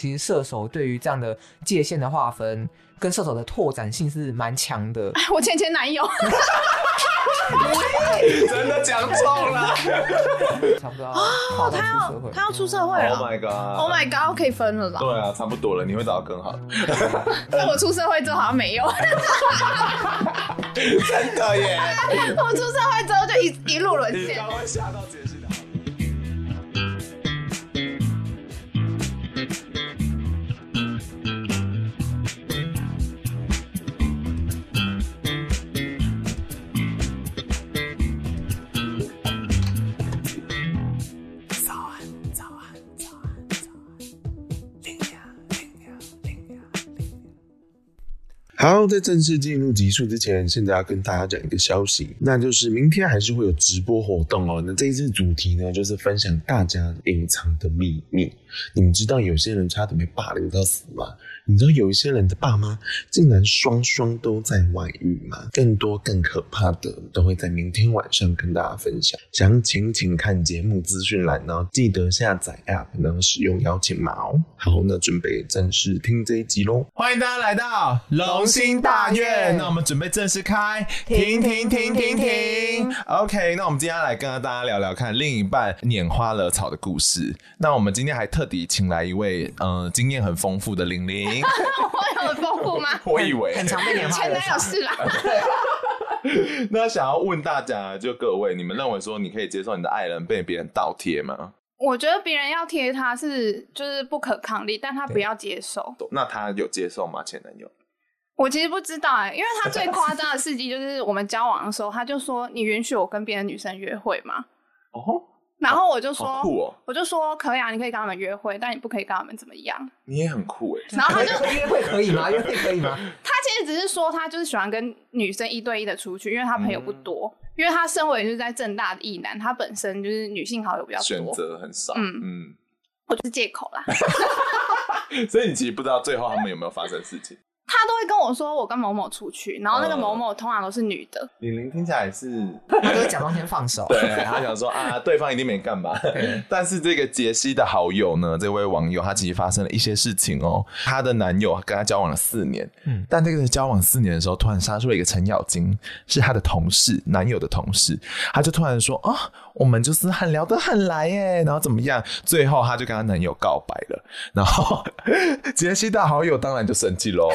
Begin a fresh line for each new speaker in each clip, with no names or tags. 其实射手对于这样的界限的划分跟射手的拓展性是蛮强 的。
哎，我前前男 友，
真的讲中了。
差不多要跨到出社会，
哦他要出社会了。
Oh my god！
Oh my god，可以分了啦。
对啊，差不多了，你会找到更好的。
在我出社会之后好像没有，
哎
我
真的耶！
出社会之后就一一路沦
你
陷
刚。刚吓到解释的。
好，在正式进入集数之前，现在要跟大家讲一个消息，那就是明天还是会有直播活动哦。那这一次主题呢，就是分享大家隐藏的秘密。你们知道有些人差点被霸凌到死吗？你知道有一些人的爸妈竟然双双都在外遇吗？更多更可怕的都会在明天晚上跟大家分享。详情请看节目资讯栏，然后记得下载 App，然后使用邀请码哦。好，那准备正式听这一集喽。
欢迎大家来到龙兴大院，那我们准备正式开，停停停停停。OK，那我们今天要来跟大家聊聊看另一半拈花惹草的故事。那我们今天还特地请来一位，呃，经验很丰富的 玲玲。
我有很丰富 吗？
我以为
很常被年
前
化的
男友是 啦，
那想要问大家，就各位，你们认为说你可以接受你的爱人被别人倒贴吗？
我觉得别人要贴他是就是不可抗力，但他不要接受。
那他有接受吗？前男友？
我其实不知道哎、因为他最夸张的事迹就是我们交往的时候，他就说你允许我跟别的女生约会吗？
哦，
然后我就说，
好酷哦！
我就说可以啊，你可以跟他们约会，但你不可以跟他们怎么样。
你也很酷哎。
然后他就
约会可以吗？约会可以吗？
他其实只是说他就是喜欢跟女生一对一的出去，因为他朋友不多，
嗯
因为他身为就是在正大的异男，他本身就是女性好友比较
选
多，
择很少，嗯
嗯我就是借口啦。
嗯， 所以你其实不知道最后他们有没有发生事情。
他都会跟我说我跟某某出去，然后那个
嗯
某某通常都是女的，
玲玲听起来是
他都会假装先放手。
对，他想说啊，对方一定没干嘛。 但是这个杰西的好友呢，这位网友，他其实发生了一些事情哦。她的男友跟她交往了四年，
嗯
但这个交往四年的时候，突然杀出了一个程咬金，是她的同事，男友的同事，她就突然说啊，我们就是很聊得很来耶，然后怎么样？最后她就跟她男友告白了，然后 杰西的好友当然就生气喽。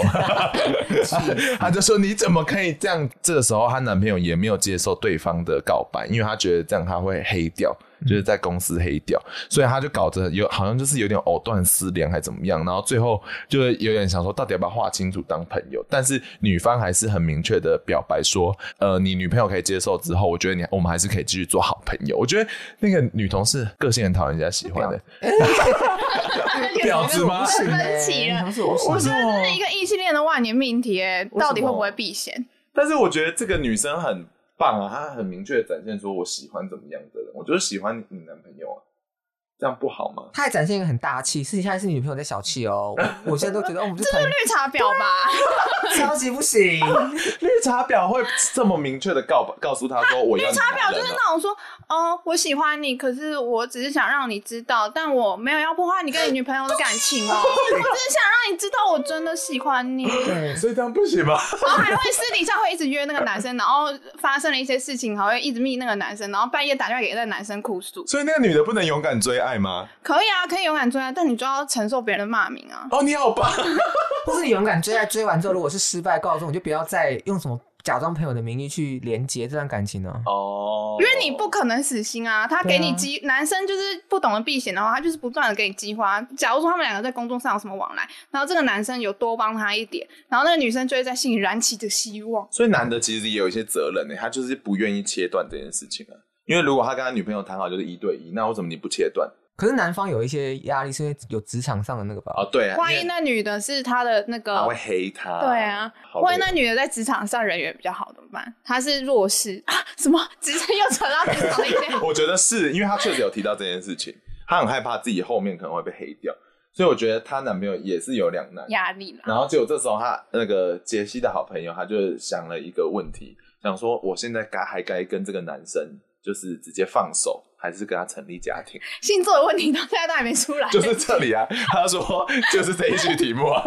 她就说：“你怎么可以这样？”这个时候，她男朋友也没有接受对方的告白，因为她觉得这样她会黑掉，就是在公司黑掉，所以她就搞得有好像就是有点藕断丝连，还怎么样？然后最后就是有点想说，到底要不要划清楚当朋友？但是女方还是很明确的表白说：“呃，你女朋友可以接受之后，我觉得你我们还是可以继续做好朋友。”我觉得那个女同事个性很讨人家喜欢的、婊子 吗
分分歧了
同。事我
我
欸是
觉得这是一个异性恋的万年命题、欸，
么
到底会不会避嫌？
但是我觉得这个女生很棒啊，她很明确的展现出我喜欢怎么样的人，我就是喜欢你男朋友啊，这样不好 吗？
他还展现一个很大气，私底下是女朋友在小气哦。我我现在都觉得，哦，我们就才
绿茶婊吧，
超级不行。
绿茶婊会这么明确的告白告诉她说我要啊绿茶
婊就是那种说，哦，我喜欢你，可是我只是想让你知道，但我没有要破坏你跟你女朋友的感情哦，我只是想让你知道我真的喜欢你。
对，
所以这样不行吗？
然后还会私底下会一直约那个男生，然后发生了一些事情，还会一直密那个男生，然后半夜打电话给那个男生哭诉。
所以那个女的不能勇敢追爱吗？
可以啊，可以勇敢追啊，但你就要承受别人的骂名啊。
哦，你好棒！
或是你勇敢追爱，追完之后如果是失败告终，你就不要再用什么假装朋友的名义去连接这段感情呢、
哦
因为你不可能死心啊，他给你机，男生就是不懂得避嫌的话，他就是不断的给你激发。假如说他们两个在工作上有什么往来，然后这个男生有多帮他一点，然后那个女生就会在心里燃起的希望。
所以男的其实也有一些责任呢、他就是不愿意切断这件事情啊。因为如果他跟他女朋友谈好就是一对一，那为什么你不切断？
可是男方有一些压力，是因为有职场上的那个吧？
哦，对啊，
万一
因为
那女的是他的那
他
个
会，黑他。
对啊，
好累。
万一那女的在职场上人缘比较好怎么办？她是弱势啊？什么？直接又扯到职场那边
我觉得是因为她确实有提到这件事情，她很害怕自己后面可能会被黑掉，所以我觉得她男朋友也是有两难。
压力啦，
然后结果这时候她那个杰西的好朋友，他就想了一个问题，想说我现在该还该跟这个男生就是直接放手，还是跟他成立家庭？
星座的问题到现在都还没出来，
就是这里啊，他说就是这一句题目啊。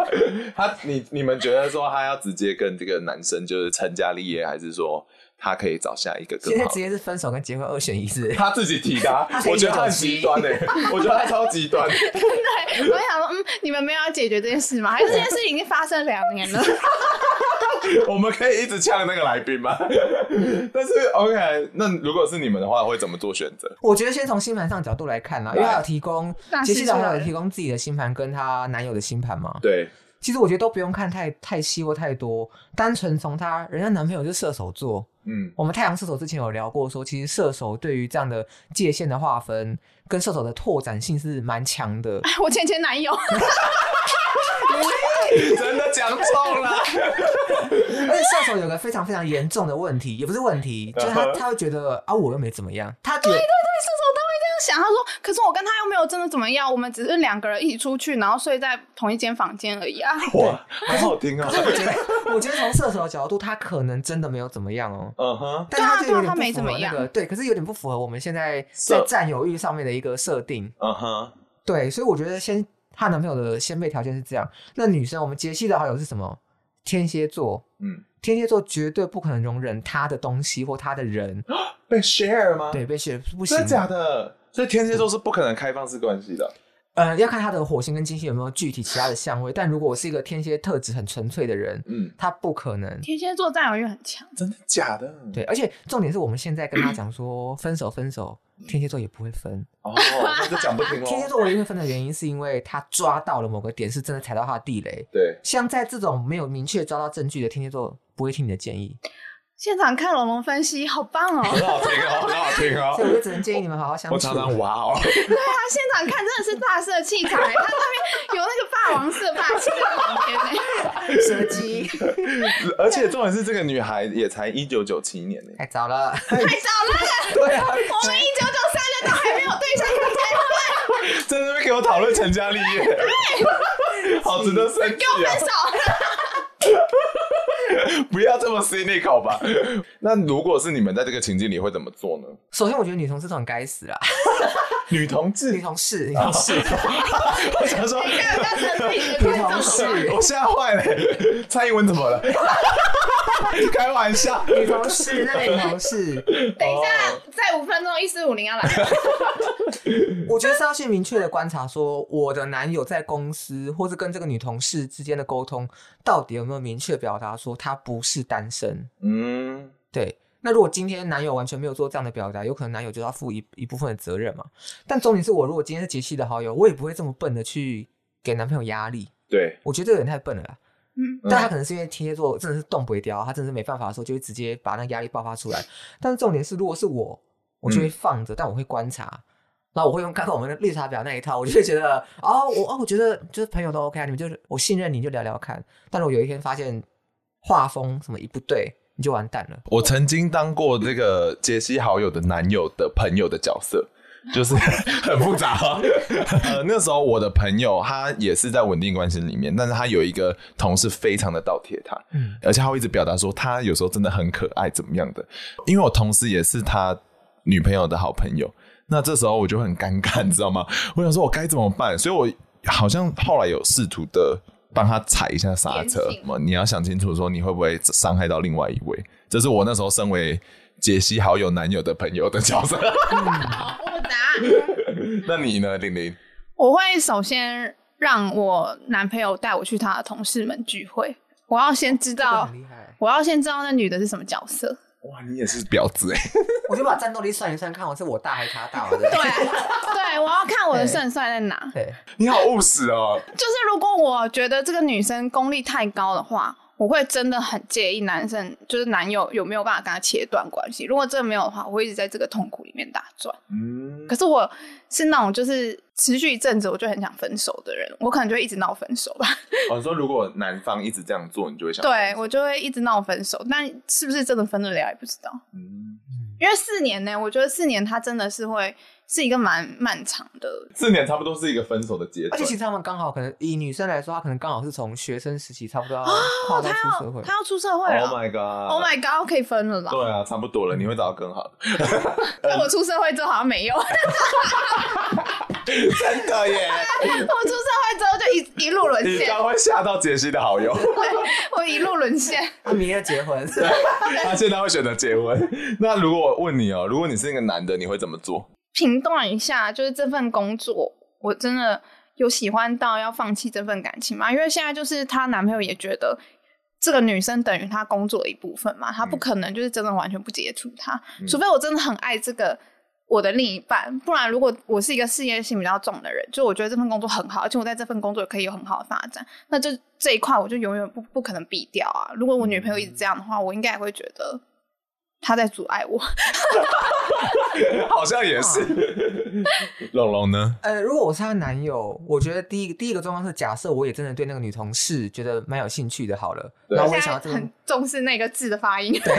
他你你们觉得说他要直接跟这个男生就是成家立业，还是说他可以找下一个更
现在
好
直？接是分手跟结婚二选一是不是？
他自己提的、啊
他，是
我觉得他很极端诶、 我觉得他超极端。
对，我想说，嗯，你们没有要解决这件 事吗？还是这件事已经发生两年了？
我们可以一直呛那个来宾吗？ 但是 OK，那如果是你们的话，会怎么做选择？
我觉得先从星盘上角度来看啦，因为他有提供
大师
杰西的
出来
话
了
有提供自己的星盘跟她男友的星盘嘛。
对，
其实我觉得都不用看太太细或太多，单纯从她人家男朋友是射手座，
嗯，
我们太阳射手之前有聊过说，其实射手对于这样的界限的划分跟射手的拓展性是蛮强的。
哎我前前男友，
真的讲中了。
而且射手有个非常非常严重的问题，也不是问题，就是他
嗯哼
他会觉得啊我又没怎么样，他觉得
射手都会这样想，他说：“可是我跟他又没有真的怎么样，我们只是两个人一起出去，然后睡在同一间房间而已啊。
哇，好好听哦。
我觉得我觉得从射手的角度，他可能真的没有怎么样哦。
嗯哼，
但他就有
对啊对啊
点
他没
不符合
怎
那
么样
个对，可是有点不符合我们现在在
设
占有欲上面的一个设定。
嗯哼，
对，所以我觉得先她男朋友的先辈条件是这样。那女生，我们杰西的好友是什么？天蝎座。
嗯，
天蝎座绝对不可能容忍他的东西或他的人，
啊
被 share 吗？
对，被写不行
真的。假的？所以天蝎座是不可能开放式关系的。
呃，要看他的火星跟金星有没有具体其他的相位。但如果我是一个天蝎特质很纯粹的人，
嗯，
他不可能。
天蝎座占有欲很强，
真的假的？
对，而且重点是我们现在跟他讲说分手分手，天蝎座也不会分。
哦，那就讲不听 哦。
天蝎座唯一会分的原因是因为他抓到了某个点，是真的踩到他的地雷。
对，
像在这种没有明确抓到证据的天蝎座，不会听你的建议。
现场看龙龙分析，好 棒哦！对
很好听哦，很好听
所以我
哦。
就只能建议你们好好相处。
我常常哇哦，
啊，现场看真的是大师的气场，他那边有那个霸王色霸气在旁边 呢。
蛇姬，
而
啊
且重点是这个女孩也才一九九七年呢。
太早哎了。
太早了，
啊对啊，
我们一九九三年都还没有对 象，你才
在那边给我讨论成家立业， 好值得生气
分
啊！
手。
不要这么 cynical 吧。那如果是你们在这个情境里会怎么做呢？
首先，我觉得女同事都很该死啦，
女同志
女，同事，女
哦
同事，
我 想说，
看人家成品的观
同
众
事，
我吓坏了。蔡英文怎 么了？开玩笑，
女同事，那女同事，
等一下，在五分钟一四五零要来，
我觉得是要去明确的观察，说我的男友在公司或是跟这个女同事之间的沟通，到底有没有明确表达说他不是单身？
嗯，
对。那如果今天男友完全没有做这样的表达，有可能男友就要负一一部分的责任嘛。但重点是我如果今天是杰西的好友，我也不会这么笨的去给男朋友压力。
对，
我觉得这个人太笨了啦。
嗯
但他可能是因为天蝎座真的是动不掉，他真的是没办法的时候，就会直接把那个压力爆发出来。但是重点是，如果是我，我就会放着，但我会观察，然后我会用刚刚我们的绿茶婊那一套，我就会觉得，哦，我哦，我觉得就是朋友都 OK 啊，你们就是我信任你，你就聊聊看。但如果有一天发现画风什么一不对，你就完蛋了。
我曾经当过这个杰西好友的男友的朋友的角色，就是 很复杂、哦。呃，那时候我的朋友他也是在稳定关系里面，但是他有一个同事非常的倒贴他，
嗯
而且他会一直表达说他有时候真的很可爱怎么样的。因为我同事也是他女朋友的好朋友，那这时候我就很尴尬，你知道吗？我想说我该怎么办，所以我好像后来有试图的。帮他踩一下刹车
点，醒
什么你要想清楚，说你会不会伤害到另外一位？这是我那时候身为杰西好友男友的朋友的角色。
好复杂。
那你呢，玲玲？
我会首先让我男朋友带我去他的同事们聚会，我要先知
这个
道
很，厉害。
我要先知道那女的是什么角色。
哇，你也是婊子哎、
我就把战斗力算一算，看我是我大还是他大。我的
对，啊对，我要看我的胜算在哪。
对，
你好务实哦。
就是如果我觉得这个女生功力太高的话，我会真的很介意男生就是男友有没有办法跟她切断关系。如果真的没有的话，我会一直在这个痛苦里面打转。
嗯，
可是我是那种就是持续一阵子我就很想分手的人，我可能就会一直闹分手吧。
我哦说如果男方一直这样做，你就会 想
对我就会一直闹分手，但是不是真的分得了也不知道。
嗯，
因为四年呢，我觉得四年它真的是会是一个蛮漫长的。
四年差不多是一个分手的阶
而
段
且。其实他们刚好可能以女生来说，她可能刚好是从学生时期差不多要跨到
哦，他
出社
要
会。
他要出社会
Oh
了
my god！
，Oh my god，可以分了啦。
对啊，差不多了，你会找到更好的。
但我出社会之后好像没有，我
真的 耶，
出社会之后就一一路沦
你
陷，
刚会吓到杰西的好 友，
我一路沦陷。
他明天结婚，
他现在会选择结婚。那如果我问你哦，如果你是那个男的，你会怎么做？
评断一下，就是这份工作，我真的有喜欢到要放弃这份感情吗？因为现在就是她男朋友也觉得这个女生等于他工作的一部分嘛，他
嗯
不可能就是真的完全不接触她，除非我真的很爱这个。我的另一半，不然如果我是一个事业心比较重的人，就我觉得这份工作很好，而且我在这份工作可以有很好的发展，那就这一块我就永远不不可能避掉啊。如果我女朋
嗯
友一直这样的话，我应该也会觉得她在阻碍我。
好像也是。 龙龙呢？
呃，如果我是她男友，我觉得第一第一个状况是，假设我也真的对那个女同事觉得蛮有兴趣的，好了，
对
然后我
现
也想
在
要这个
很重视那个字的发音。
对，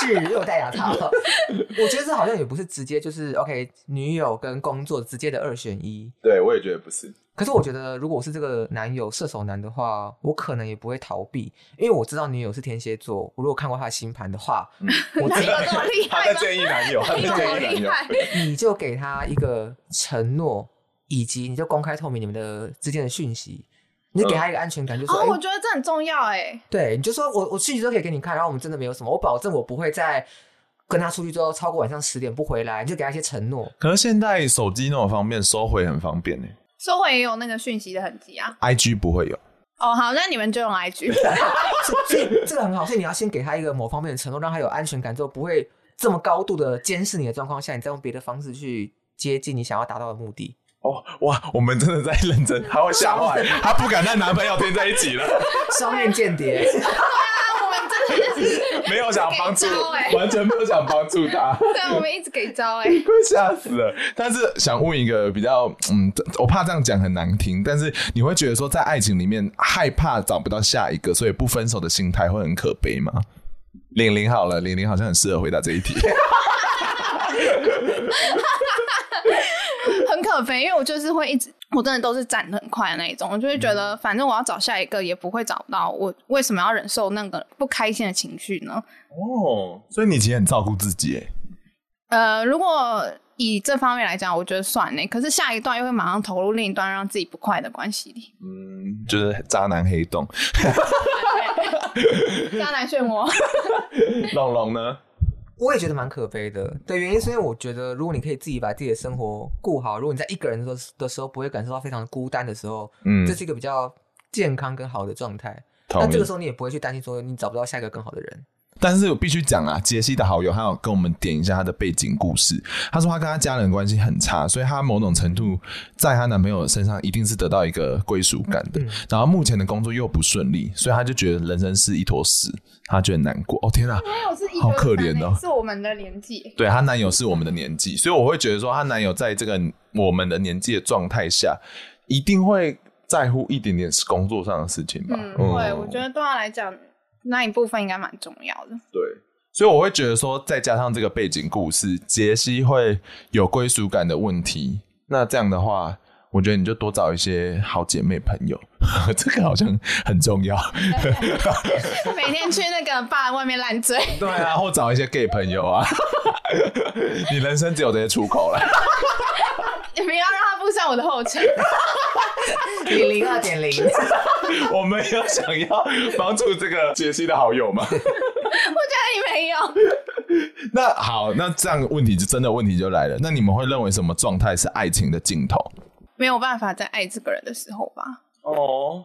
是又戴牙套。 我觉得这好像也不是直接就是 OK，女友跟工作直接的二选一。
对，我也觉得不是。
可是我觉得，如果我是这个男友射手男的话，我可能也不会逃避，因为我知道女友是天蝎座。我如果看过她的星盘的话，
嗯
我
哪
知
有
道
这么 厉
他在
害吗？
建议男友，他在
哪有这么
建议男
厉
友。
害？
你就给她一个承诺，以及你就公开透明你们的之间的讯息，你就给她一个安全感，就说，
哦，
哎、
我觉得这很重要哎。
对，你就说我我讯息都可以给你看，然后我们真的没有什么，我保证我不会再跟她出去之后超过晚上十点不回来，你就给她一些承诺。
可是现在手机那么方便，收回很方便呢。
收回也有那个讯息的痕迹啊。
IG 不会有，
哦，好，那你们就用 IG。
所以所以这个很好，所以你要先给他一个某方面的承诺，让他有安全感，之后不会这么高度的监视你的状况下，你再用别的方式去接近你想要达到的目的。
哦哇，我们真的在认真，他会吓 坏，他不敢带男朋友贴在一起了，
双面间谍，
啊，我们真的就是，
没有想帮助
给招，欸
完全没有想帮助他。
对，我们一直给招哎。
快吓死了！ 但是想问一个比较，嗯，我怕这样讲很难听，但是你会觉得说，在爱情里面害怕找不到下一个，所以不分手的心态会很可悲吗？玲玲好了，玲玲好像很适合回答这 一题。
很可悲，因为我就是会一直，我真的都是站得很快的那一种，我就会觉得，反正我要找下一个也不会找到，我为什么要忍受那个不开心的情绪呢？
哦，所以你其实很照顾自己耶，欸
呃，如果以这方面来讲，我觉得算呢。可是下一段又会马上投入另一段让自己不快的关系里，
嗯，就是渣男黑洞。
渣男漩涡。
龙龙呢？
我也觉得蛮可悲的。的原因是因为我觉得，如果你可以自己把自己的生活顾好，如果你在一个人的时候的时候不会感受到非常孤单的时候，
嗯
这是一个比较健康跟好的状态。那
同
这
意
个时。候你也不会去担心说你找不到下一个更好的人。
但是我必须讲啊，杰西的好友还有跟我们点一下她的背景故事。她说她跟她家人关系很差，所以她某种程度在她男朋友身上一定是得到一个归属感的。然后目前的工作又不顺利，所以她就觉得人生是一坨屎，她觉得很难过。哦天啊！
我是一欸
好可怜哦
是我们的年纪。
对她男友是我们的年纪，所以我会觉得说她男友在这个我们的年纪的状态下，一定会在乎一点点工作上的事情吧。哦
嗯，对，我觉得对他来讲，那一部分应该蛮重要 的。
对，所以我会觉得说，再加上这个背景故事，杰西会有归属感的问题。那这样的话，我觉得你就多找一些好姐妹朋友， 这个好像很重要。
每天去那个爸外面烂醉，
对啊，或找一些 gay 朋友啊。 你人生只有这些出口了。
你们要让他步上我的后 尘。
零零二点零，
我们有想要帮助这个杰西的好友吗？
我觉得你没有，
那好，那这样问题就真的问题就来了。那你们会认为什么状态是爱情的尽头？
没有办法在爱这个人的时候吧。
哦，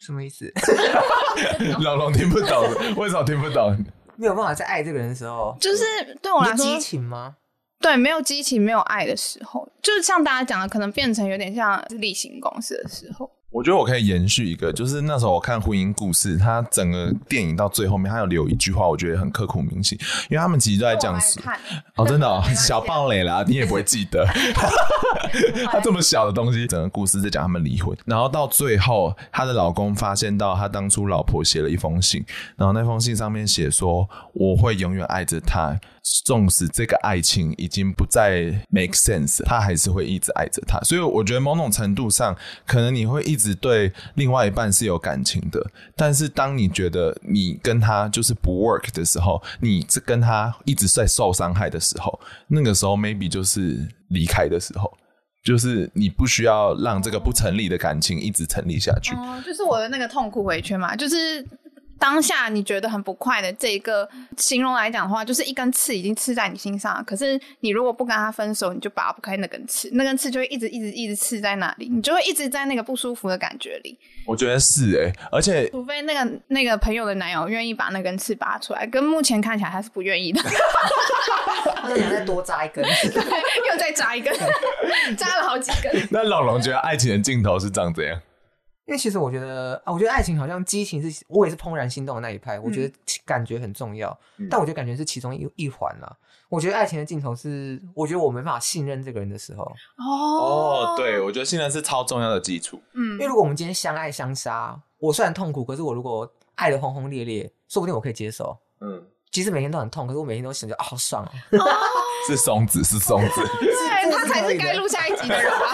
什么意思？
老龙听不懂，为什么听不懂？
没有办法在爱这个人的时候，
就是对我来
你
说
激，情吗？
对没有激情、没有爱的时候，就是像大家讲的，可能变成有点像例行公事的时候。
我觉得我可以延续一个，就是那时候我看《婚姻故事》，它整个电影到最后面，它有留一句话，我觉得很刻骨铭心，因为他们其实都在讲
我爱看
哦，真的、哦，小暴雷啦，你也不会记 得。 他这么小的东西，整个故事在讲他们离婚，然后到最后，她的老公发现到她当初老婆写了一封信，然后那封信上面写说：“我会永远爱着她，纵使这个爱情已经不再 make sense，他还是会一直爱着她。”所以我觉得某种程度上，可能你会一直对另外一半是有感情的，但是当你觉得你跟他就是不 work 的时候，你这跟他一直在受伤害的时候，那个时候 maybe 就是离开的时候。就是你不需要让这个不成立的感情一直成立下去。
嗯
哦，就是我的那个痛苦回圈嘛，就是当下你觉得很不快的这一个形容来讲的话，就是一根刺已经刺在你心上了。可是你如果不跟他分手，你就拔不开那根刺，那根刺就会一直一直一直刺在那里，你就会一直在那个不舒服的感觉里。
我觉得是诶、而且
除非那个那个朋友的男友愿意把那根刺拔出来，跟目前看起来他是不愿意的，
他想再多扎一根，
又再扎一根，扎了好几根。
那老龙觉得爱情的尽头是长怎样？
因为其实我觉得啊，我觉得爱情好像激情是，我也是怦然心动的那一派。我觉得感觉很重要，但我觉得感觉是其中一一环啦。我觉得爱情的尽头是，我觉得我没办法信任这个人的时候，
哦，
我觉得现在是超重要的基础。
嗯
因为如果我们今天相爱相杀，我虽然痛苦，可是我如果爱的轰轰烈烈，说不定我可以接受。
嗯，
即使每天都很痛，可是我每天都想着啊，好爽啊！
是松子，是松 子。
对
这
他
是
才
可
是
以的
该录下一集的人啊吧。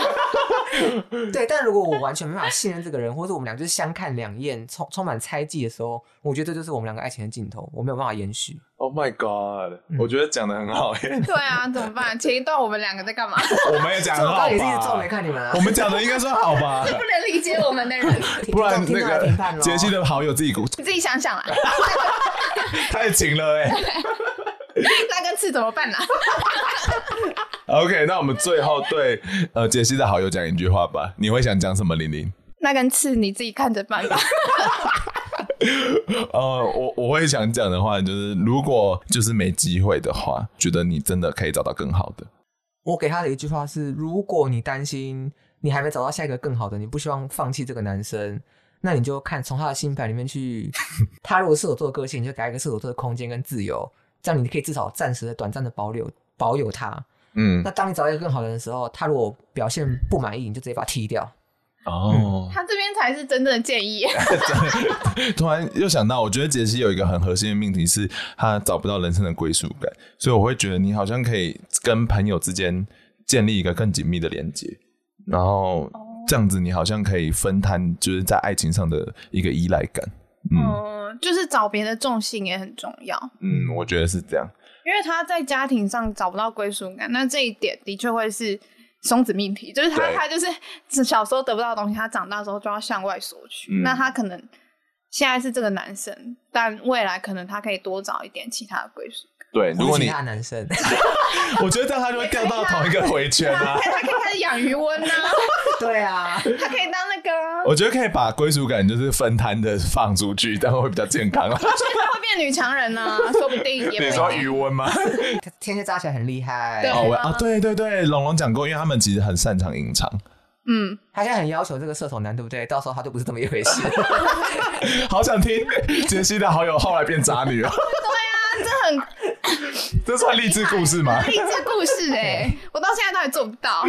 对，但如果我完全没办法信任这个人，或者我们俩就是相看两厌，充充满猜忌的时候，我觉得这就是我们两个爱情的尽头，我没有办法延续。
Oh my god！、
嗯
我觉得讲的很好耶，
对啊，怎么办？前一段我们两个在干嘛？
我们也讲
这
得
我
很
到
好
底是一直皱眉
吧？
看你们啊
我！们讲的应该算好 吧？
不能理解我们的 人，
不然
听
那
众来评判
个
咯
杰西的好友自己鼓
你自己想啊 想啦，
太勤了哎、
那根刺怎么办啦？啊
OK，那我们最后对呃杰西的好友讲一句话吧。你会想讲什么，玲玲？
那根刺你自己看着办吧。
呃，我我会想讲的话就是，如果就是没机会的话，觉得你真的可以找到更好的。
我给他的一句话是：如果你担心你还没找到下一个更好的，你不希望放弃这个男生，那你就看从他的星盘里面 去，他如果射手座的个性，你就给他一个射手座的空间跟自由，这样你可以至少暂时的、短暂的保留保有他。
嗯，
那当你找到一个更好的人的时候，他如果表现不满意，你就直接把他踢掉。
哦，
他这边才是真正的建议，
突然又想到，我觉得杰西有一个很核心的命题是，他找不到人生的归属感，所以我会觉得你好像可以跟朋友之间建立一个更紧密的连接，然后这样子你好像可以分摊就是在爱情上的一个依赖感。嗯
嗯，就是找别的重心也很重要，
嗯，我觉得是这样。
因为他在家庭上找不到归属感，那这一点的确会是松子命题，就是他
对
他就是小时候得不到的东西，他长大之后就要向外索取，
嗯
那他可能现在是这个男生，但未来可能他可以多找一点其他的归属感。
对，如
或
果
者
你
其，他男 生，
我觉得这样他就会掉到同一个回 圈啊
他。他可以开始养鱼窝呢、
对啊，
他可以当那个啊，
我觉得可以把归属感就是分摊的放出去，这样会比较健康啊。
所以他会变女强人呢、 说不定也
你
不
说
一定
余温吗？
天蝎扎起来很厉害，
对
哦，我啊，对对对，龙龙讲过，因为他们其实很擅长隐藏。
嗯，
他现在很要求这个射手男，对不对？到时候他就不是这么一回事。
好 想听杰西的好友后来变渣女啊，
啊这很
这算励志故事吗？
励志故事哎、 我到现在都还做不到。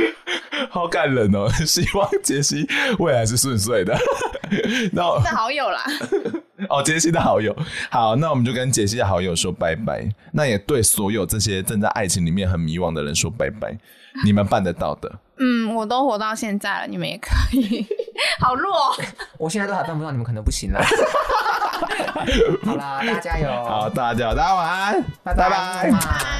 好感人哦！希望杰西未来是顺遂的。那我
的好友啦，
哦，杰西的好友，好，那我们就跟杰西的好友说拜拜。那也对所有这些正在爱情里面很迷惘的人说拜拜，你们办得到的。
嗯，我都活到现在了，你们也可以。好 弱，
我现在都还办不到，你们可能不行了。好啦，大家加油！
好，大家加油大家晚安，
拜拜
拜拜
拜拜